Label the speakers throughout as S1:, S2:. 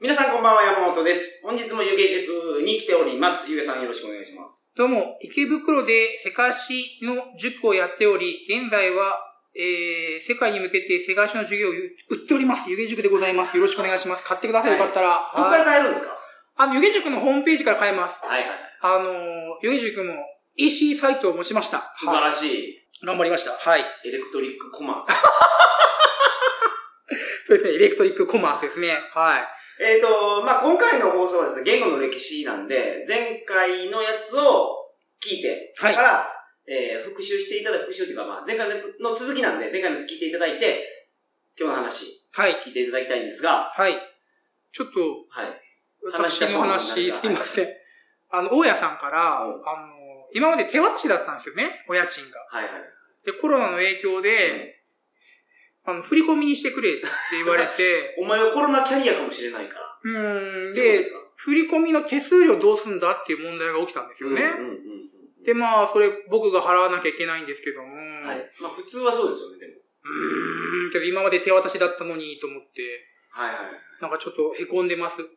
S1: 皆さんこんばんは、山本です。本日も湯気塾に来ております。湯気さんよろしくお願いします。
S2: どうも、池袋で世界史の塾をやっており、現在は、えー、世界に向けて世界史の授業を売っております。湯気塾でございます。よろしくお願いします。買ってください。
S1: はい
S2: よかったら。
S1: どこか
S2: はい
S1: ら買えるんですか
S2: あの、湯気塾のホームページから買えます。
S1: はいはい。
S2: あのー、湯気塾も EC サイトを持ちました。
S1: 素晴
S2: は
S1: らしい。
S2: い頑張りました。はい。
S1: エレクトリックコマース。
S2: そうですね、エレクトリックコマースですね。はい。
S1: えっと、まあ、今回の放送はですね、言語の歴史なんで、前回のやつを聞いて
S2: はい
S1: から、えー復習していただく、復習というか、まあ、前回のやつの続きなんで、前回のやつ聞いていただいて、今日の話、
S2: はい。
S1: 聞いていただきたいんですが、
S2: はい。ちょっと、
S1: はい。
S2: 私の
S1: 話
S2: 話、
S1: が
S2: す
S1: そう
S2: い
S1: なん
S2: ま
S1: だ
S2: せん。あの、大家さんから、あ
S1: う
S2: の
S1: ん、
S2: 今まで手渡しだったんですよね、お家賃が。
S1: はいはい。、
S2: で、コロナの影響で、あの、振り込みにしてくれって言われて
S1: お前はコロナキャリアかもしれないから。
S2: うーん、
S1: どう
S2: で
S1: です、か
S2: 振り込みの手数料どうすんだっていう問題が起きたんですよね。
S1: うんうんうんうん
S2: で、まあ、それ僕が払わなきゃいけないんですけども、
S1: はい。まあ普通はそうですよね、でも。
S2: うーん、けど今まで手渡しだったのにと思って、
S1: はいはい。
S2: なんかちょっと凹んでます。はい。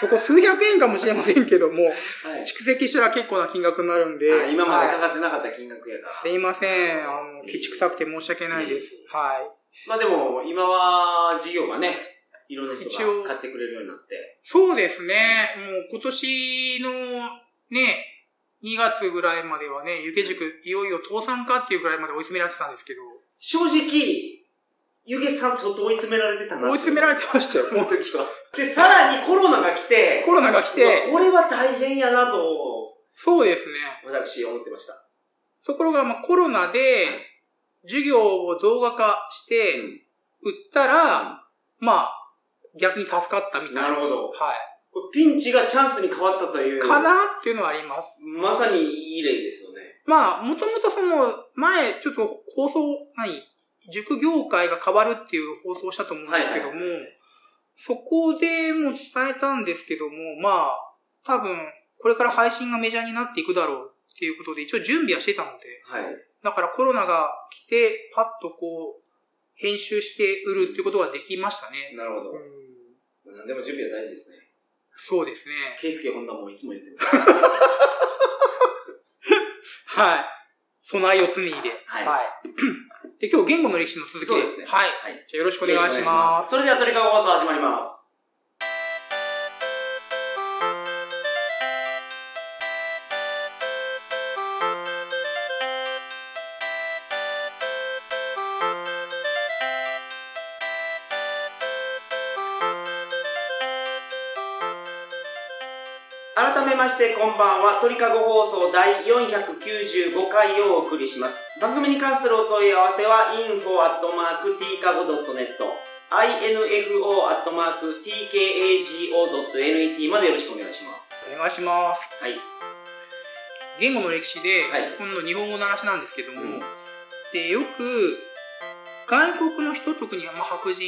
S2: そこ数百円かもしれませんけ ども、
S1: はい
S2: 蓄積したら結構な金額になるんで、
S1: あ今まで
S2: は
S1: か
S2: い
S1: かってなかった金額やから。
S2: すいません。あの、ケチくさくて申し訳ないです。はい。
S1: まあでも、今は事業がね、いろんな人
S2: 一応
S1: が買ってくれるようになって。
S2: そうですね。もう今年のね、2月ぐらいまではね、湯気塾、いよいよ倒産かっていうぐらいまで追い詰められてたんですけど、
S1: 正直、ゆげさん相当追い詰められてたな。
S2: 追い詰められてましたよ。
S1: この時は。で、さらにコロナが来て、
S2: コロナが来
S1: うわ
S2: て、
S1: これは大変やなと、
S2: そうですね。
S1: 私思ってました。
S2: ところが、まあ、コロナで、授業を動画化して、売ったら、まあ、逆に助かったみたいな。
S1: なるほど
S2: は
S1: これピンチがチャンスに変わったとい
S2: い。
S1: う。
S2: かなっていうのはあります。
S1: まさにいい例ですよね。
S2: まあ、もともとその、前、ちょっと放送、何塾業界が変わるっていう放送をしたと思うんですけども、
S1: はいはいはい
S2: そこでもう伝えたんですけども、まあ、多分、これから配信がメジャーになっていくだろうっていうことで、一応準備はしてたので、
S1: はい。
S2: だからコロナが来て、パッとこう、編集して売るっていうことができましたね。
S1: なるほ
S2: うん
S1: ど。何でも準備は大事ですね。
S2: そうですね。
S1: ケイスケ・ホンダもいつも言ってる。
S2: はい。備えを常にで。
S1: はい
S2: い で、今日言語の歴史の続きです。
S1: そうですね
S2: はい。
S1: はい。
S2: じゃあよろしくお願いします。
S1: それではトリカゴ放送始まります。改めましてこんばんは鳥かご放送第495回をお送りします番組に関するお問い合わせは info.tkago.net info.tkago.net までよろしくお願いします
S2: お願いします。
S1: はい、
S2: 言語の歴史で、
S1: はい
S2: 今度日本語の話なんですけども、
S1: うん
S2: でよく外国の人特にまあ白人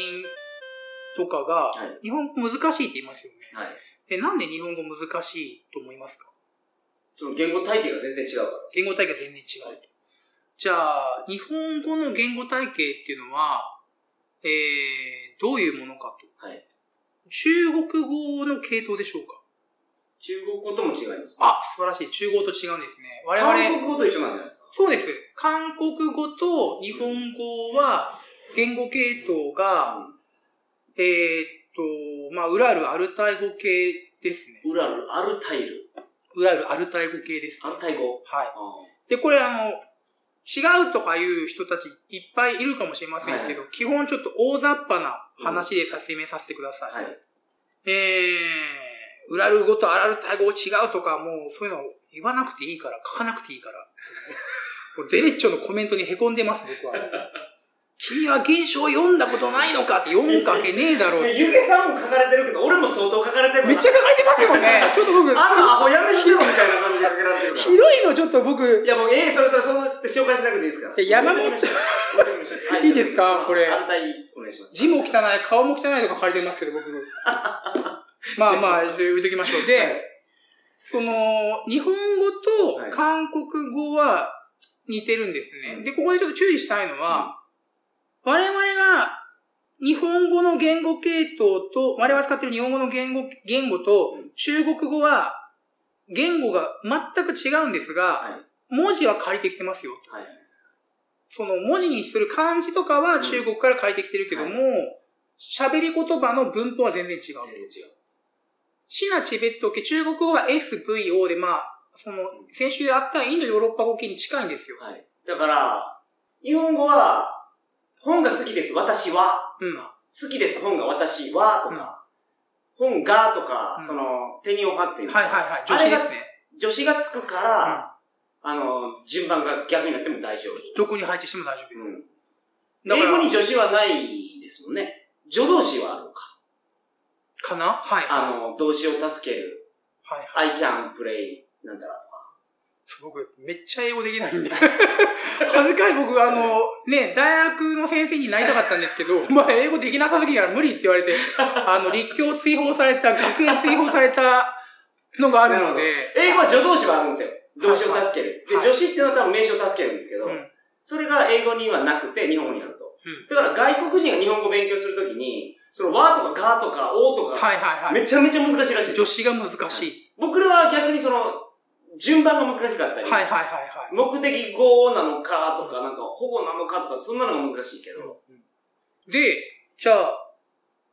S2: とかが、
S1: はい
S2: 日本語難しいって言いますよね
S1: はい、
S2: でなんで日本語難しいと思いますか
S1: その言語体系が全然違うから
S2: 言語体系が全然違うと、
S1: はい
S2: じゃあ日本語の言語体系っていうのは、えー、どういうものかと、
S1: はい
S2: 中国語の系統でしょうか
S1: 中国語とも違います、
S2: あ素晴らしい中国語と違うんですね我々
S1: 韓国語と一緒なんじゃないですか
S2: そうです。韓国語と日本語は、言語系統が、えーっと、まあ、ウラルアルタイ語系ですね。
S1: ウラル、アルタイル。
S2: ウラルアルタイ語系です。
S1: アルタイ語。
S2: はい。
S1: あ
S2: で、これあの、違うとかいう人たちいっぱいいるかもしれませんけど、基本ちょっと大雑把な話で説明させてください。
S1: ーはい。
S2: えー、ウラル語とアラルタイ語違うとか、もうそういうの言わなくていいから、書かなくていい から。もうデレッチョのコメントに凹んでます、僕は。君は現象を読んだことないのかって読むかけねえだろうって。
S1: ゆげさんも書かれてるけど、俺も相当書かれてる
S2: めっちゃ書かれてますよ ね。ちょっと僕、
S1: あのアホやめしてよみたいな感じで書かれてるから
S2: ひ。どいのちょっと僕
S1: い、やもう、ええそれそれ、そう紹介しなくていいですから。
S2: え山本
S1: わかりましたわかりましたはい
S2: いですかこれ
S1: あなたにお願いします。
S2: 字も汚い、顔も汚いとか書かれてますけ ど、僕。まあまあ、言うときましょう。
S1: はい
S2: で、その、日本語と韓国語は似てるんですね。
S1: はい
S2: で、ここでちょっと注意したいのは、我々が日本語の言語系統と、我々が使っている日本語の言語、言語と
S1: うん、
S2: 中国語は、言語が全く違うんですが、
S1: はい。
S2: 文字は借りてきてますよ。
S1: はい。
S2: その文字にする漢字とかは中国から借りてきてるけども、喋、り言葉の文法は全然違う。
S1: 全然違う。
S2: シナチベット系、中国語は SVO で、まあ、その、先週あったインドヨーロッパ語系に近いんですよ。
S1: はい。だから、日本語は、本が好きです、私は。
S2: うん。
S1: 好きです、本が私は、とか、本が、とか、
S2: うん
S1: その、手にを張ってる。
S2: はいはいはい。女子ですね。
S1: 助詞がつくから、あの、順番が逆になっても大丈夫。
S2: どこに配置しても大丈夫です。
S1: うん
S2: だか
S1: 英
S2: ら
S1: 語に助詞はないですもんね。助動詞はあるのか。
S2: かなはいはい。
S1: あの、動詞を助ける。
S2: はいはい。
S1: I can play, なんだらとか。
S2: 僕、めっちゃ英語できないんで。 恥ずかしい、僕、あの、ね、大学の先生になりたかったんですけど、 お前、英語できなさすぎやから無理って言わ れて、あの、立教追放された、学園追放されたのがあるので、
S1: 英語は助動詞はあるんですよ。動詞を
S2: はいはい
S1: 助ける。
S2: はい
S1: で、助詞っていうのは多分名詞を助けるんですけど、
S2: うん
S1: それが英語にはなくて日本語にあると。だから外国人が日本語を勉強するときに、その和とかがとかおと
S2: うん。
S1: か、
S2: はいはいはい。
S1: めちゃめちゃ難しいらしいで
S2: 女
S1: す。
S2: 子が難しい。
S1: 僕らは逆にその、順番が難しかったり、
S2: はいはいはいはい。
S1: 目的語なのかとか、なんか保護なのかとか、そんなのが難しいけど。
S2: で、じゃあ、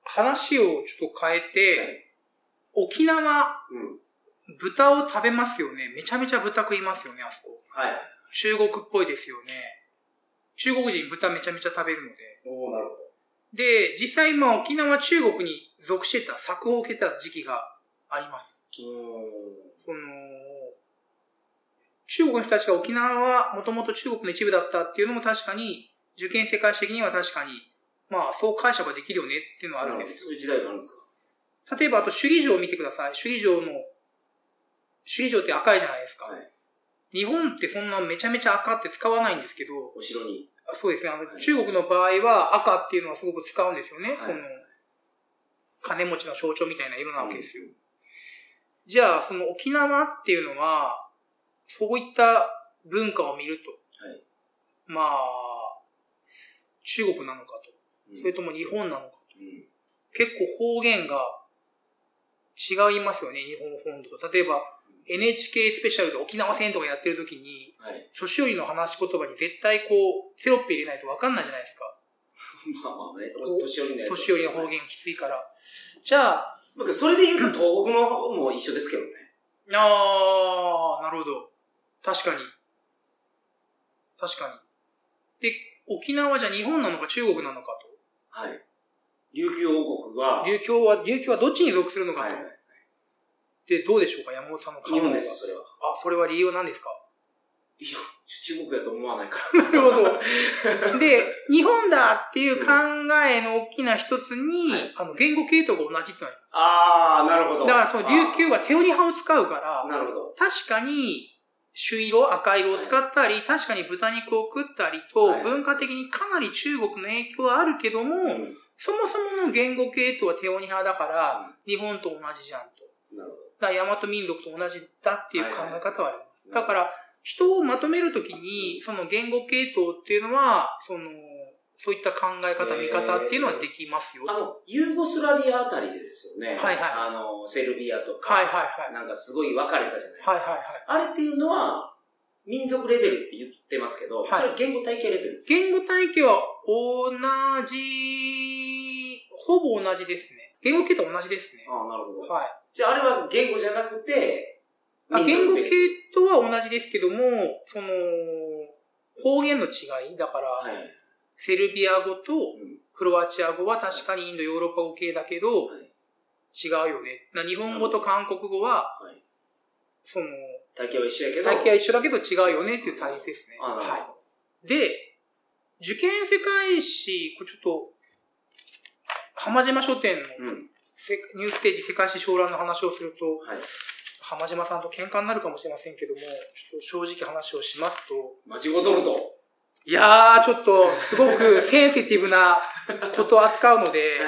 S2: 話をちょっと変え
S1: は
S2: て、沖縄、
S1: うん。
S2: 豚を食べますよね。めちゃめちゃ豚食いますよね、あそこ。
S1: はい。
S2: 中国っぽいですよね。中国人豚めちゃめちゃ食べるので。
S1: おーなる
S2: で、実際今沖縄中国に属してた、作法を受けた時期があります。
S1: ほど。
S2: その、中国の人たちが沖縄はもともと中国の一部だったっていうのも確かに、受験世界史的には確かに、まあそう解釈ができるよねっていうのはあるんですよ
S1: そういう時代があるんです
S2: 例えば、あと、首里城を見てください。首里城の、首里城って赤いじゃないですか。
S1: はい
S2: 日本ってそんなめちゃめちゃ赤って使わないんですけど、
S1: かお城に。
S2: あそうですね。あの、
S1: はい
S2: 中国の場合は赤っていうのはすごく使うんですよね。
S1: はい
S2: その、金持ちの象徴みたいな色なわけですよ。
S1: うん
S2: じゃあ、その沖縄っていうのは、そういった文化を見ると。
S1: はい
S2: まあ、中国なのかと。それとも日本なのか。
S1: うん
S2: 結構方言が違いますよね、日本本土と。例えば、NHK スペシャルで沖縄戦とかやってる時に、
S1: はい。
S2: 年寄りの話し言葉に絶対こう、テロップ入れないと分かんないじゃないですか。
S1: まあまあね、お年寄りのやつ
S2: 年寄りの方。言きついから。じゃあ、
S1: まあそれで言うと東北の方も一緒ですけどね。
S2: あー、なるほど。確かに。確かに。で、沖縄じゃ日本なのか中国なのか
S1: はい。琉球王国は
S2: と。、琉球は、琉球はどっちに属するのか
S1: はい
S2: と。。で、どうでしょうか、山本さんの考え
S1: 日
S2: は
S1: 本です、それは。
S2: あ、それは理由は何ですか
S1: いや、中国やと思わないか
S2: な るほど。で、日本だっていう考えの大きな一つに、
S1: はい
S2: あの、言語系統が同じってなり
S1: ら。ああ、なるほ
S2: ま
S1: ど。
S2: す。だから、その琉球は手織り派を使うから
S1: あー。、なるほど。
S2: 確かに、朱色、赤色を使ったり、確かに豚肉を食ったりと、
S1: はい
S2: 文化的にかなり中国の影響はあるけども、
S1: うん
S2: そもそもの言語系統は手織り派だから、日本と同じじゃんと。
S1: なるほ
S2: だから、大和民族と同じだっていう考え方はある。
S1: ど。
S2: だから、人をまとめるときに、その言語系統っていうのは、その、そういった考え方、
S1: えー
S2: 見方っていうのはできますよ。
S1: あ
S2: はい
S1: の、ユーゴスラビアあたりでですよね。
S2: はいはい
S1: あの、セルビアとか、
S2: はいはい。
S1: なんかすごい分かれたじゃないですか。
S2: はいはいはい。
S1: あれっていうのは、民族レベルって言ってますけど、
S2: はい
S1: それは言語体系レベルですか
S2: 言語体系は同じ、ほぼ同じですね。言語系統は同じですね。
S1: ああ、なるほど。
S2: はい。
S1: じゃあ、あれは言語じゃなくて、
S2: あ
S1: 民
S2: 言語
S1: 族
S2: 系
S1: ベース
S2: 統は同じですけども、その、方言の違い。だから、
S1: はい。
S2: セルビア語と
S1: うん
S2: クロアチア語は確かにインド、ヨーロッパ語系だけど、
S1: はい
S2: 違うよね。な日本語と韓国語は、
S1: はい
S2: その、
S1: 体系は一緒やけど。
S2: 体系は一緒だけど違うよねっていう対立ですね。
S1: あなるほど
S2: は。い。で、受験世界史、これちょっと、浜島書店の
S1: うん。
S2: せニュースページ世界史小覧の話をすると、
S1: はい。
S2: 浜島さんと喧嘩になるかもしれませんけども、ちょっと正直話をしますと、
S1: 間違うとると。
S2: いやー、ちょっと、すごくセンシティブなことを扱うので、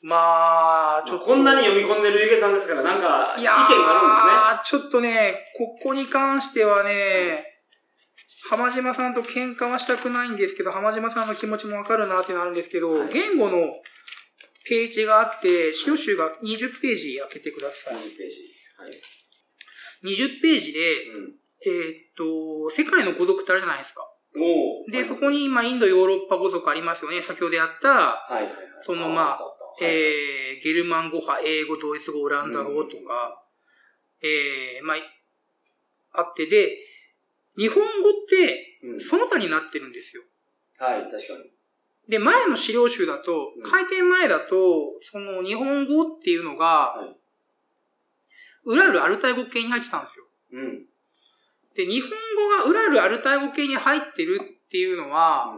S2: まあ、ち
S1: ち
S2: ょ
S1: ょ
S2: っと。
S1: こんなに読み込んでるゆげさんですから、なんか、意見があるんですね。
S2: るんですね。ちょっとね、ここに関してはね、浜島さんと喧嘩はしたくないんですけど、浜島さんの気持ちもわかるなっていうのはあるんですけど、言語のページがあって、使用集が20ページ開けてください。
S1: ページ。はい。
S2: 20ページで、えーっと、世界の語族ってあるじゃないですか。
S1: うん。おー
S2: で、そこ。に今、インド、ヨーロッパ語族ありますよね。先ほどやった、
S1: はいはいはい。
S2: そのま
S1: あ
S2: あ
S1: ー、え
S2: えー、ゲルマン語派、英語、ドイツ語、オランダ語とか、えー、まあ、あってで、日本語って、
S1: うん。
S2: その他になってるんですよ。
S1: はい、確かに。
S2: で、前の資料集だと
S1: うん、
S2: 改訂前だと、その日本語っていうのが
S1: はい、
S2: ウラルアルタイ語系に入ってたんですよ。
S1: うん。うん。
S2: で、日本語がウラルアルタイ語系に入ってるっていうのは、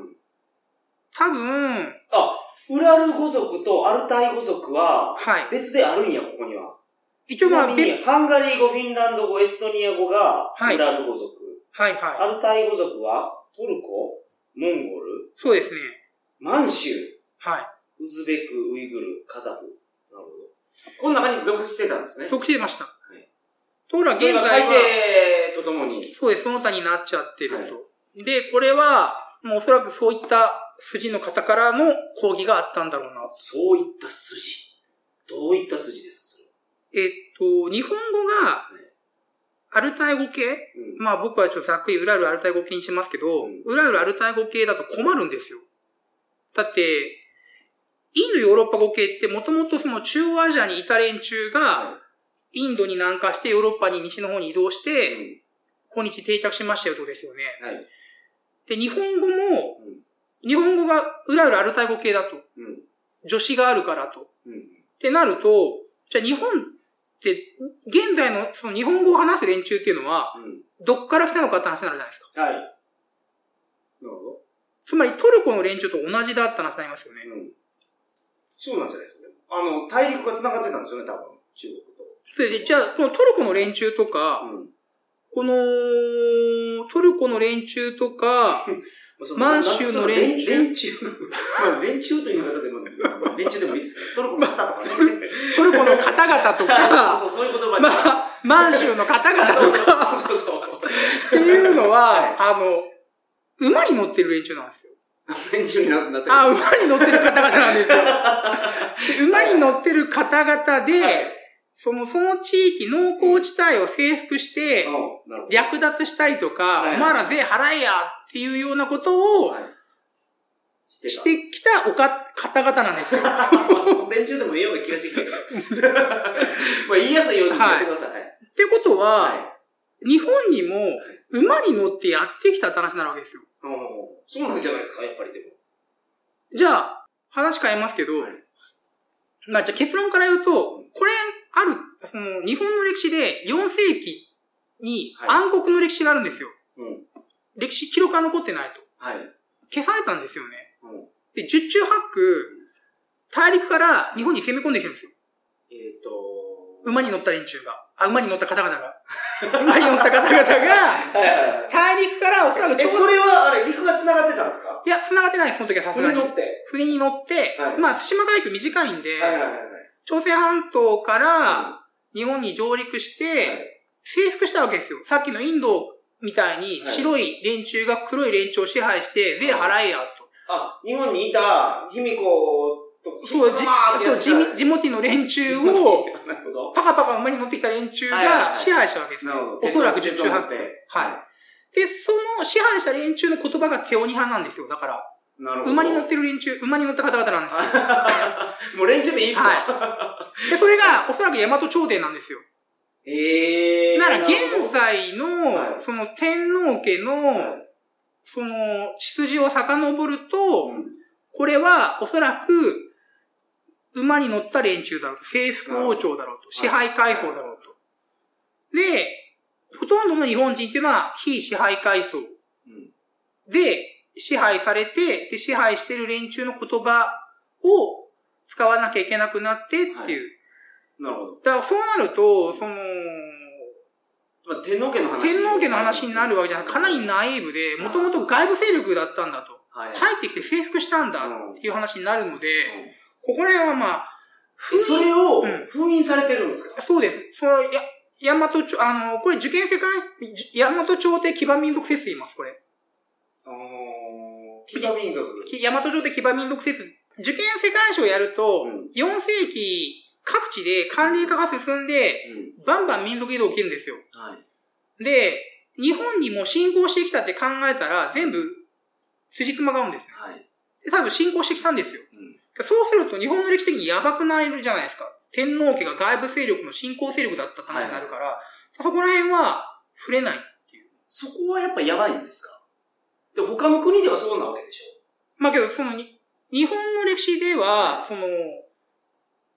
S2: 多分、
S1: あ、ウラル語族とアルタイ語族は、
S2: はい。
S1: 別であるんや、ここには。
S2: 一応まあ、
S1: ちなみ
S2: べ
S1: に、ハンガリー語、フィンランド語、エストニア語が、
S2: はい
S1: ウラル語族。
S2: はいは
S1: ア
S2: い。
S1: ルタイ語族は、トルコ、モンゴル、
S2: そうですね。
S1: 満州、
S2: はい。
S1: ウズベク、ウイグル、カザフ。なるほど。この中に属してたんですね。
S2: 得してました
S1: い。
S2: ところが
S1: それ
S2: 現在
S1: が改
S2: は、
S1: 定とともに。
S2: そうです、その他になっちゃってる
S1: はい
S2: と。で、これは、もうおそらくそういった筋の方からの抗議があったんだろうな。
S1: そういった筋。どういった筋です
S2: えっと、日本語が、アルタイ語系
S1: か、それは。
S2: まあ僕はちょっとざっくりウラウルアルタイ語系にしますけど、
S1: うん
S2: ウラウルアルタイ語系だと困るんですよ。だって、インドヨーロッパ語系ってもともとその中央アジアにいた連中
S1: は
S2: が、インドに南下してヨーロッパに西の方に移動して、今日定着しましたよってことですよね。
S1: はい。
S2: で、日本語も、
S1: うん
S2: 日本語がうらうらアルタイ語系だと。
S1: うん。
S2: 助詞があるからと。っ
S1: うん。うん。
S2: てなると、じゃあ日本って、現在のその日本語を話す連中っていうのは、
S1: う
S2: どっから来たのかって話になるじゃないですか。
S1: ん。はい。なるほど。
S2: つまりトルコの連中と同じだって話になりますよね。
S1: うん。そうなんじゃないですか、ね。あの、大陸が繋がってたんですよね、多分。中
S2: それで、じゃあ、このトルコの連中とか、
S1: 国と。うん。
S2: この、トルコの連中と か、
S1: そ
S2: 満州の連中
S1: そ連中。まあ連中という言い方でも、まあ連中でもいいですけど、トルコの方とかね。
S2: トルコの方々とか、
S1: そうそうそう、そういう言葉に。
S2: まあ、満州の方々
S1: そう
S2: と
S1: そう
S2: か、
S1: そうそうそう。
S2: っていうの
S1: は
S2: は、あの、馬に乗ってる連中なんですよ。
S1: 連中になってる。
S2: あ、馬に乗ってる方々なんですよ。 で馬に乗ってる方々で、
S1: はい
S2: その、その地域、農耕地帯を征服して、
S1: うんなるほど。
S2: 略奪したりとか、
S1: はい
S2: お前ら税払えやっていうようなことを
S1: はいしてた
S2: してきたおか方々なんですよ。
S1: まあその連中でもいいような気がしてきたけど。 まあ、言いやすいように言ってください。
S2: ってことは、
S1: はい。
S2: 日本にも馬に乗ってやってきたって話になるわけですよ。
S1: うんそうなんじゃないですか、やっぱりでも。
S2: じゃあ、話変えますけど、
S1: はい
S2: まあじゃあ結論から言うと、これある、その日本の歴史で4世紀に
S1: はい
S2: 暗黒の歴史があるんですよ。
S1: うん。
S2: 歴史記録が残ってないと。
S1: はい。
S2: 消されたんですよね。
S1: うん
S2: で、十中八九、大陸から日本に攻め込んできてるんですよ。
S1: えっと、
S2: 馬に乗った連中が。あ、馬に乗った方々 が。馬に乗った方々が、
S1: はいはいはい。
S2: 大陸からおそら
S1: え、
S2: くちょう
S1: それは、あれ、陸が繋がってたんですか
S2: いや、繋がってないです、その時はさすが
S1: 船
S2: に
S1: 乗。って。
S2: 船に乗って、
S1: はい
S2: まあ、対馬海峡短いんで、
S1: はいはいはいはい。
S2: 朝鮮半島から
S1: あ、
S2: 日本に上陸し
S1: は
S2: て、
S1: い。
S2: 征服したわけですよ。さっきのインドみたいに
S1: はい
S2: 白い連中が黒い連中を支配して、税払えやと。
S1: あ、日本にいた、卑弥呼と、
S2: そう、じ
S1: ひみこ様って
S2: そ
S1: や
S2: う
S1: つ
S2: 地味地元の連中を、
S1: なるほど。
S2: パカパカ馬に乗ってきた連中
S1: はいはいは
S2: が
S1: い
S2: 支配したわけです
S1: な
S2: よ。
S1: るほど。
S2: おそらく十
S1: 鉄
S2: 中
S1: を持
S2: 八
S1: っ
S2: 九
S1: て。
S2: はで、その支配した連中の言葉がテオニ派なんですよ。だから、
S1: い。なるほど。
S2: 馬に乗ってる連中、馬に乗った方々なんですよ。
S1: もう連中でいいっすわ。
S2: で、それがおそらく大和朝廷なんですよ。
S1: ええー。
S2: なら、
S1: る
S2: 現
S1: ほど
S2: 在
S1: は
S2: の、
S1: い
S2: その天皇家の、その、血筋を遡ると、これはおそらく、馬に乗った連中だろうと、征服王朝だろうと、支配階層だろうと。で、ほとんどの日本人っていうのは非支配階層
S1: うん
S2: で支配されて、で、支配してる連中の言葉を使わなきゃいけなくなってっていう。
S1: なるほど。
S2: だからそうなると、その、
S1: まあ、天皇家の話。
S2: 天皇家の話になるわけじゃない。かなりナイーブで、もともと外部勢力だったんだと。
S1: はい。はい。
S2: 入ってきて征服したんだっていう話になるので、ここら辺はまあ、
S1: えそれを
S2: うん
S1: 封印されてるんですか
S2: そうです。その、や、大和朝、あの、これ受験生関、じ大和朝廷基盤民族説言います、これ。
S1: あー騎馬民族。
S2: き大和城で騎馬民族説、受験世界史をやると、
S1: うん
S2: 4世紀各地で管理化が進んで、
S1: うん。
S2: バンバン民族移動起きるんですよ。
S1: はい。
S2: で、日本にも侵攻してきたって考えたら、全部、辻褄が合うんですよ。
S1: はい。
S2: で、多分侵攻してきたんですよ。そうすると、日本の歴史的にやばくないじゃないですか。天皇家が外部勢力の侵攻勢力だったって話になるから、そこら辺は触れない。
S1: そこはやっぱやばいんですかでも他の国ではそうなわけでし
S2: まあけど、そのに、日本の歴史では、その、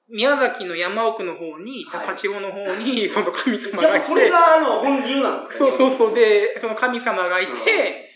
S2: 宮崎の山奥の方に、
S1: はい
S2: 高千穂の方 に、その神
S1: ょ
S2: 様
S1: やっぱ
S2: がいて、
S1: それがあの本流なんですか
S2: そうそうそう、
S1: で、
S2: で、その神様がい
S1: うん
S2: て、、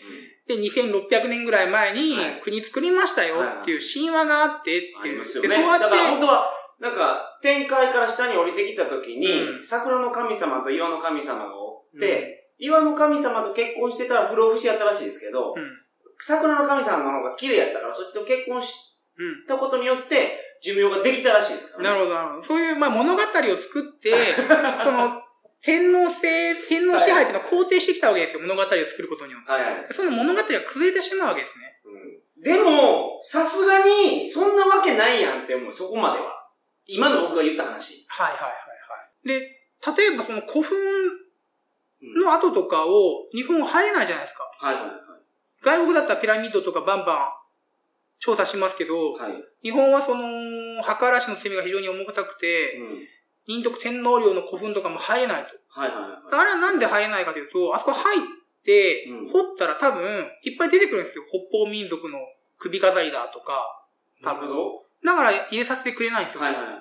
S2: で、2600年ぐらい前に
S1: はい
S2: 国作りましたよっていう神話があって
S1: うん
S2: っ
S1: あ
S2: てい
S1: り
S2: う。
S1: ますよ
S2: で、
S1: ね。
S2: そうやっ
S1: だから本
S2: て、
S1: 当は、なんか、天界から下に降りてきた時に、
S2: うん
S1: 桜の神様と岩の神様がおって、岩の神様と結婚してたら不老不死やったらしいですけど、
S2: うん、うん、
S1: 桜の神様の方が綺麗やったから、そっちと結婚し
S2: うん。
S1: たことによって、寿命ができたらしいですから、
S2: なるほど、なるほど。そういう、まあ、物語を作って、 その、天皇制、天皇支配っていうのを肯定してきたわけですよ、物語を作ることによっ
S1: はいはい。
S2: て。その物語が崩れてしまうわけですね。
S1: うんでも、さすがに、そんなわけないやんって思う、そこまでは。今の僕が言った話。
S2: はいはいはいはい。で、例えばその古墳
S1: うん
S2: の跡とかを、日本入れないじゃないですか。
S1: はいは
S2: 外国だったらピラミッドとかバンバン調査しますけど、
S1: いはい。はい。
S2: 日本はその、墓荒らしの罪が非常に重たくて、
S1: うん
S2: 仁徳天皇陵の古墳とかも入れないと。
S1: はいはいはい。
S2: あれはなんで入れないかというと、あそこ入って
S1: うん、
S2: 掘ったら多分、いっぱい出てくるんですよ。北方民族の首飾りだとか。
S1: なるほど。
S2: だから入れさせてくれないんですよ。
S1: はいはいはい。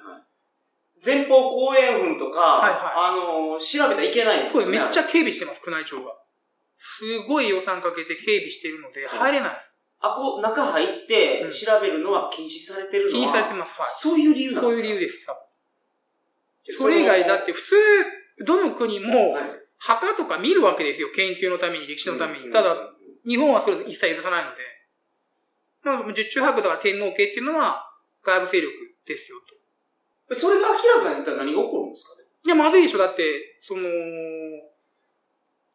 S1: 前方後円墳とか、
S2: はい
S1: あのー調べたらいけないんです
S2: そう
S1: よ
S2: です
S1: ね。
S2: めっちゃ
S1: あれ
S2: 警備してます、宮内庁が。すごい予算かけて警備してるので、
S1: はい
S2: 入れないです。
S1: あこ、中入っ
S2: う
S1: て
S2: ん
S1: 調べるのは禁止されてるのは、
S2: 禁止されてます。はい。
S1: そういう理由なん
S2: そ
S1: で
S2: う
S1: す
S2: いう
S1: か
S2: 理由です、多分
S1: そ
S2: そ
S1: の
S2: れ以外だって普通、どの国も
S1: はい
S2: 墓とか見るわけですよ。研究のために、歴史のために。ただ、日本はそれ一切許さないので。まあ、十中八九だから天皇家っていうのは外部勢力ですよと。
S1: それが明らかになったら何が起こるんです
S2: いや、まずいでしょ。だって、その、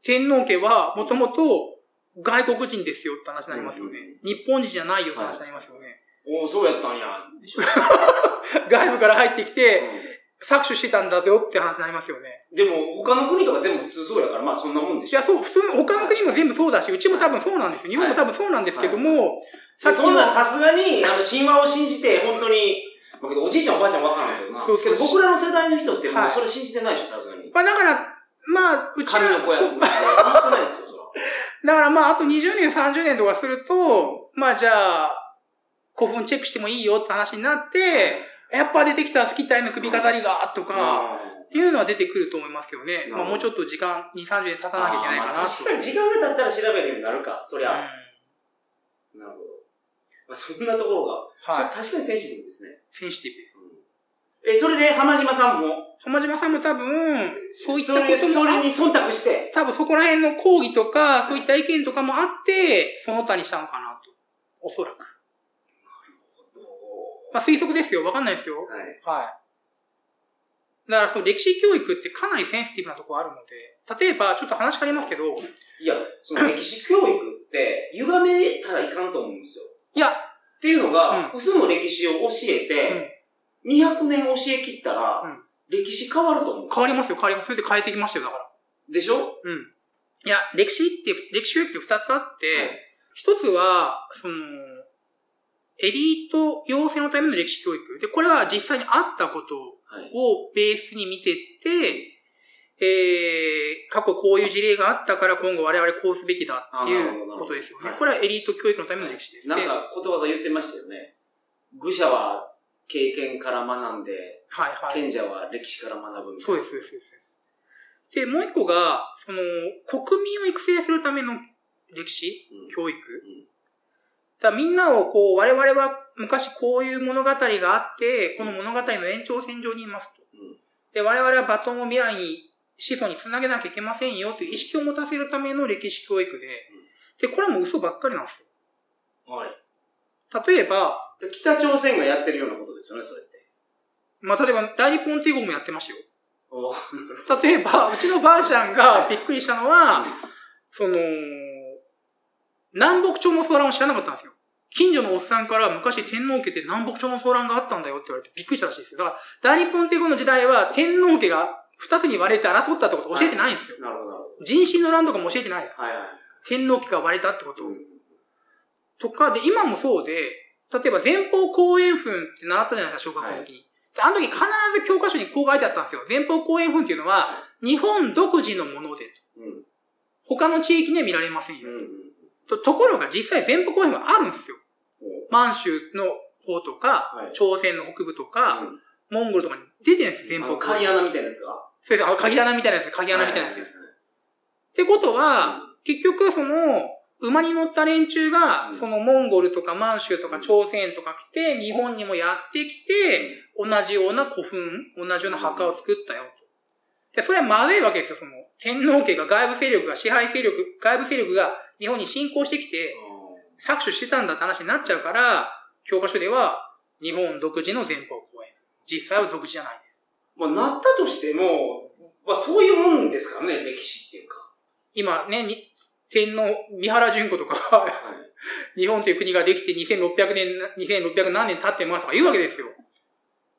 S2: 天皇家はもともと外国人ですよって話になりますよね
S1: うんうん。
S2: 日本人じゃないよって話になりますよね。
S1: かねおお、そうやったんや。でしょ
S2: 外部から入ってきて
S1: う
S2: 搾取してたんだよって話になりますよね。
S1: んでも、他の国とか全部普通そうやから、まあそんなもんで
S2: い
S1: しょ。
S2: や、そう、普通の他の国も全部そうだし、うちも多分そうなんですよ。日本も多分そうなんですけど
S1: はい
S2: も、
S1: で
S2: っきの
S1: そんなさすがに、あの、神話を信じて、本当に、まあけどおじいちゃんおばあちゃんわからないけどな。
S2: そうそう
S1: けど僕らの世代の人っても
S2: は
S1: う
S2: い
S1: それ信じてないでしょ、さすがに。
S2: まあだから、まあ、うち
S1: 神
S2: ら、
S1: の子やと
S2: そう
S1: 思って。言ってないですよ、それは。
S2: だからまあ、あと20年、30年とかすると、まあじゃあ、古墳チェックしてもいいよって話になって、やっぱ出てきたスキタイの首飾りが、とか、いうのは出てくると思いますけどね。
S1: うん
S2: まあもうちょっと時間、2、30年経
S1: あ
S2: たなきゃいけないか
S1: ーま
S2: な
S1: あ
S2: と
S1: 確。かに時間が経ったら調べるようになるか、そり
S2: うん
S1: ゃ。なるほど。まあ、そんなところが、
S2: はい。
S1: それ確かにセンシティブですね。
S2: センシティブです。
S1: え、それで浜島さんも、
S2: 浜島さんも多分、そういった
S1: それ
S2: こと
S1: そ
S2: もあ
S1: れ
S2: っ
S1: に忖度して、
S2: 多分そこら辺の講義とか、そういった意見とかもあって、その他にしたのかなと。おそらく。まあ推測ですよ。わかんないですよ。
S1: はい。
S2: はい。だからその歴史教育ってかなりセンシティブなところあるので、例えばちょっと話変わりますけど、
S1: いや、その歴史教育って、歪めたらいかんと思うんですよ。
S2: いや、
S1: っていうのが、
S2: う
S1: 嘘の歴史を教えて、200年教え切ったら、
S2: うん
S1: 歴史変わると思う。
S2: 変わりますよ、変わりますよ。それで変えてきましたよ、だから。
S1: でしょはい
S2: うん。いや、歴史って、歴史教育って二つあって、一つは、その、エリート養成のための歴史教育。で、これは実際にあったことを
S1: はい。
S2: をベースに見てって、えー、過去こういう事例があったから今後我々こうすべきだってい
S1: あなるほどなる
S2: う
S1: ほど
S2: ことですよね
S1: は。い
S2: これはエリート教育のための歴史です。
S1: なん
S2: ではい
S1: か、ことわざ言ってましたよね。愚者は経験から学んで、
S2: はい。
S1: 賢者は歴史から学ぶみたいな。
S2: そうです、そうです、そうです。で、もう一個が、その、国民を育成するための歴史
S1: うん
S2: 教育。だからみんなをこう、我々は昔こういう物語があって、この物語の延長線上にいますと。
S1: うん
S2: で、我々はバトンを未来に、子孫につなげなきゃいけませんよという意識を持たせるための歴史教育で、で、これも嘘ばっかりなんです
S1: はい。
S2: よ。例えば、
S1: で北朝鮮がやってるようなことですよね、それって。
S2: まあ、例えば大日本帝国もやってましたよ。
S1: お
S2: 例えば、うちのばあちゃんがびっくりしたのは、その、南北朝の騒乱を知らなかったんですよ。近所のおっさんから昔天皇家って南北朝の騒乱があったんだよって言われてびっくりしたらしいですよ。だから、大日本帝国の時代は天皇家が二つに割れて争ったってこと教えてないんですよ。
S1: なるほど、なるほ
S2: 人心の乱とかも教えてないです。
S1: ど。はいはい。
S2: 天皇家が割れたってことを
S1: うん
S2: とか、で、今もそうで、例えば前方後円墳って習ったじゃないですか、小学校の時に。であの時必ず教科書にこう書いてあったんですよ。前方後円墳っていうのは、日本独自のもので、
S1: うん。
S2: 他の地域には見られませんよ。
S1: うん。
S2: とところが実際前方後円墳はあるんですよ。満州の方とか、
S1: はい
S2: 朝鮮の北部とか、
S1: うん
S2: モンゴルとかに出てるんですよ、
S1: あ
S2: 前
S1: の
S2: 方後
S1: 鍵
S2: 円墳。
S1: 穴みたいなやつが
S2: そうです、あの鍵穴みたいなやつ、鍵穴みたいなやつです。ってことは、結局その、馬に乗った連中
S1: う
S2: が、
S1: ん
S2: そのモンゴルとか満州と
S1: う
S2: か
S1: ん
S2: 朝鮮とか来て、日本にもやってきて、同じような古墳、同じような墓を作ったよと。で、それはまずいわけですよ、その。天皇家が外部勢力が支配勢力、外部勢力が日本に侵攻してきて、搾取してたんだって話になっちゃうから、教科書では、日本独自の前方公園。実際は独自じゃないです。
S1: うんまあ、なったとしても、まあ、そういうもんですからね、歴史っていうか。
S2: 今ね、に天皇、三原淳子とか が、
S1: はい。
S2: 日本という国ができて2600年、2600何年経ってますとか言うわけですよ。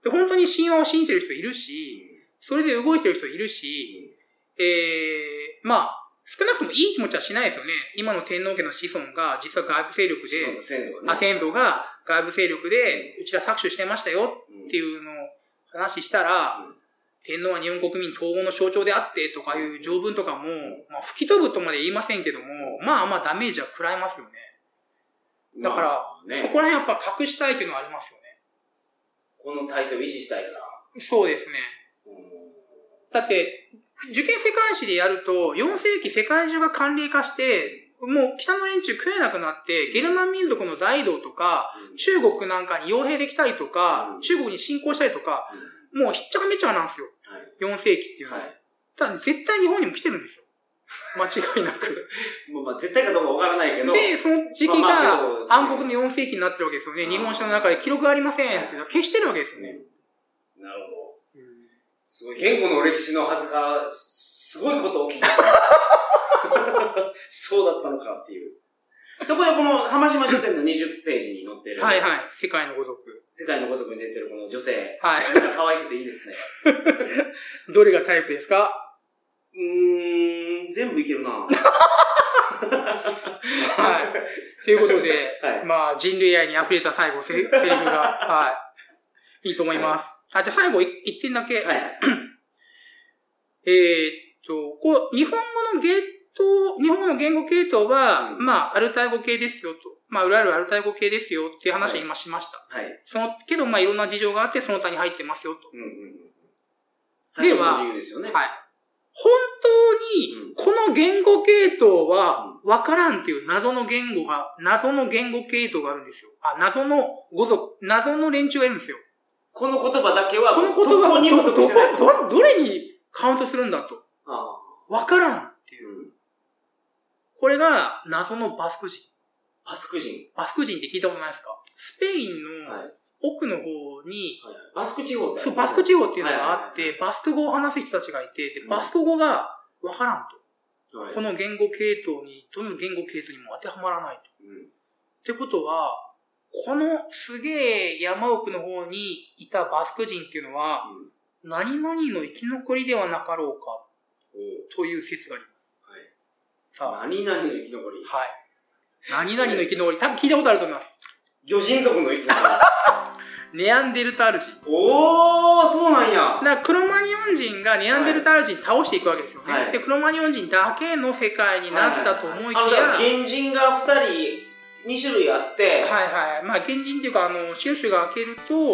S2: で本当に神話を信じてる人いるし、それで動いてる人いるし、えー、まあ、少なくともいい気持ちはしないですよね。今の天皇家の子孫が実は外部勢力
S1: で、
S2: で、
S1: 先祖が
S2: あ、
S1: ね。
S2: 先祖が外部勢力で、うちら搾取してましたよ
S1: うん
S2: っていうのを話したら
S1: うん、
S2: 天皇は日本国民統合の象徴であってとかいう条文とかも、まあ、吹き飛ぶとまで言いませんけども、まあまあダメージは食らいますよね。だから
S1: まあね、
S2: そこら辺やっぱ隠したいというのはありますよ
S1: この体制を維持したいから。
S2: ね。そうですね。だって、受験世界史でやると、4世紀世界中が寒冷化して、もう北の連中食えなくなって、ゲルマン民族の大道とか、中国なんかに傭兵できたりとか
S1: う、ん
S2: 中国に侵攻したりとか、
S1: う
S2: もうひっちゃかめっちゃかなんですよ。4世紀っていうんの
S1: は
S2: は。
S1: い。は
S2: ただ絶対日本にも来てる んですよ。間違いなく。
S1: い。もうまあ、絶対かどうかわからないけど。
S2: で、その時期
S1: まあまあ
S2: が
S1: けど
S2: 暗黒の4世紀になってるわけですよね。
S1: うん
S2: 日本史の中で記録がありませんっていうのは消してるわけですよね。
S1: なるほど。すごい、言語の歴史のはずが、すすごいこと 起きた。そうだったのかっていう。ところで、この浜島書店の20ページに載ってる、
S2: はいはい。世界のごとく。
S1: 世界のご族に出てるこの女性、
S2: はい。
S1: 可愛くていいですね。
S2: どれがタイプですか
S1: うーん、全部いけるなはい。
S2: はい。ということで、
S1: はい
S2: まあ、人類愛に溢れた最後、せセリフが、はい。いいと思います。あ、じゃあ最後、い一点だけ。えーっと、こう、日本語のゲート、日本語の言語系統は、
S1: うん
S2: まあ、アルタイ語系ですよと。まあ、いわゆるアルタイ語系ですよっていう話を今しました。
S1: はい。
S2: その、けど、まあ、いろんな事情があって、その他に入ってますよと。
S1: うんうんうん。最後の理由ですよね。
S2: はい。本当に
S1: うん、
S2: この言語系統は、わからんっていう謎の言語が、謎の言語系統があるんですよ。あ、謎の語族、謎の連中がいるんですよ。
S1: この言葉だけは、
S2: この言葉
S1: どこにも
S2: は
S1: 属し
S2: ど
S1: てない
S2: こ、ど、どれにカウントするんだと。
S1: ああ
S2: わからんっていう。
S1: うん
S2: これが謎のバスク人。
S1: バスク人。
S2: バスク人って聞いたことないですかスペイン
S1: はい
S2: の奥の方に、
S1: バスク地方ってありますね
S2: そう、バスク地方っていうのがあっ
S1: はい
S2: て、バスク語を話す人たちがいて、
S1: う
S2: で
S1: ん
S2: バスク語がわからんと。
S1: はい
S2: この言語系統に、どの言語系統にも当てはまらないと。
S1: うん
S2: ってことは、このすげえ山奥の方にいたバスク人っていうのは、
S1: うん
S2: 何々の生き残りではなかろうか
S1: お
S2: という説があります。
S1: はい
S2: さあ、はい。
S1: 何々の生き残り。
S2: 何々の生き残り、多分聞いたことあると思います。
S1: 魚人族の生き残り。
S2: ネアンデルタール人。
S1: おー、そうなんや。
S2: だからクロマニオン人がネアンデルタール人倒していくわけですよね。
S1: はい
S2: で、クロマニオン人だけの世界になったと思いきや、
S1: あ
S2: は
S1: のだ
S2: い
S1: から原人が2人、2種類あって、
S2: はいまあ、原人っていうか、あの、収集が開けると、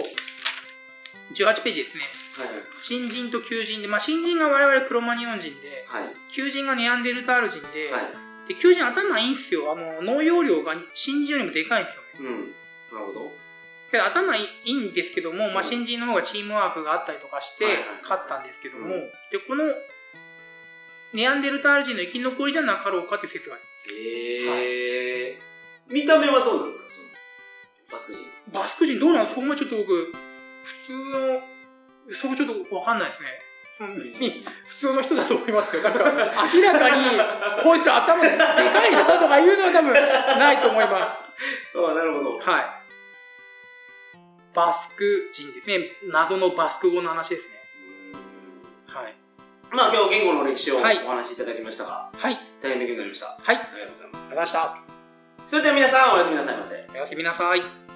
S2: 18ページですね。新人と旧人で、まあ、新人が我々クロマニオン人で、
S1: はい。はい。
S2: 求人がネアンデルタール人で、
S1: はい。
S2: で求人頭いいんすよ。あの、脳容量が新人よりもでかいんですよね。
S1: うん。なるほど。
S2: けど頭いいんですけども、ま
S1: う
S2: あ、
S1: ん
S2: 新人の方がチームワークがあったりとかして
S1: はいはい、
S2: 勝ったんですけども、
S1: うん
S2: で、この、ネアンデルタール人の生き残りじゃなかろうかっていう説がある。
S1: へえ、見た目はどうなんですか、その、バスク人。
S2: バスク人どうなのそこまでちょっと僕、普通の、そこちょっとわかんないですね。普通の人だと思いますよ。なんか、明らかに、こういった頭でかいなとか言うのは多分、ないと思います。
S1: ああ、なるほど。
S2: はい。バスク人ですね。謎のバスク語の話ですね。はい。
S1: まあ今日言語の歴史をお
S2: はい
S1: 話しいただきましたが、
S2: はい。
S1: 大変勉強になりました。あ
S2: はい。あり
S1: り
S2: がとう
S1: がとうございま
S2: ご
S1: す。
S2: ざいました。
S1: それでは皆さんおやすみなさいませ。
S2: おやすみなさい。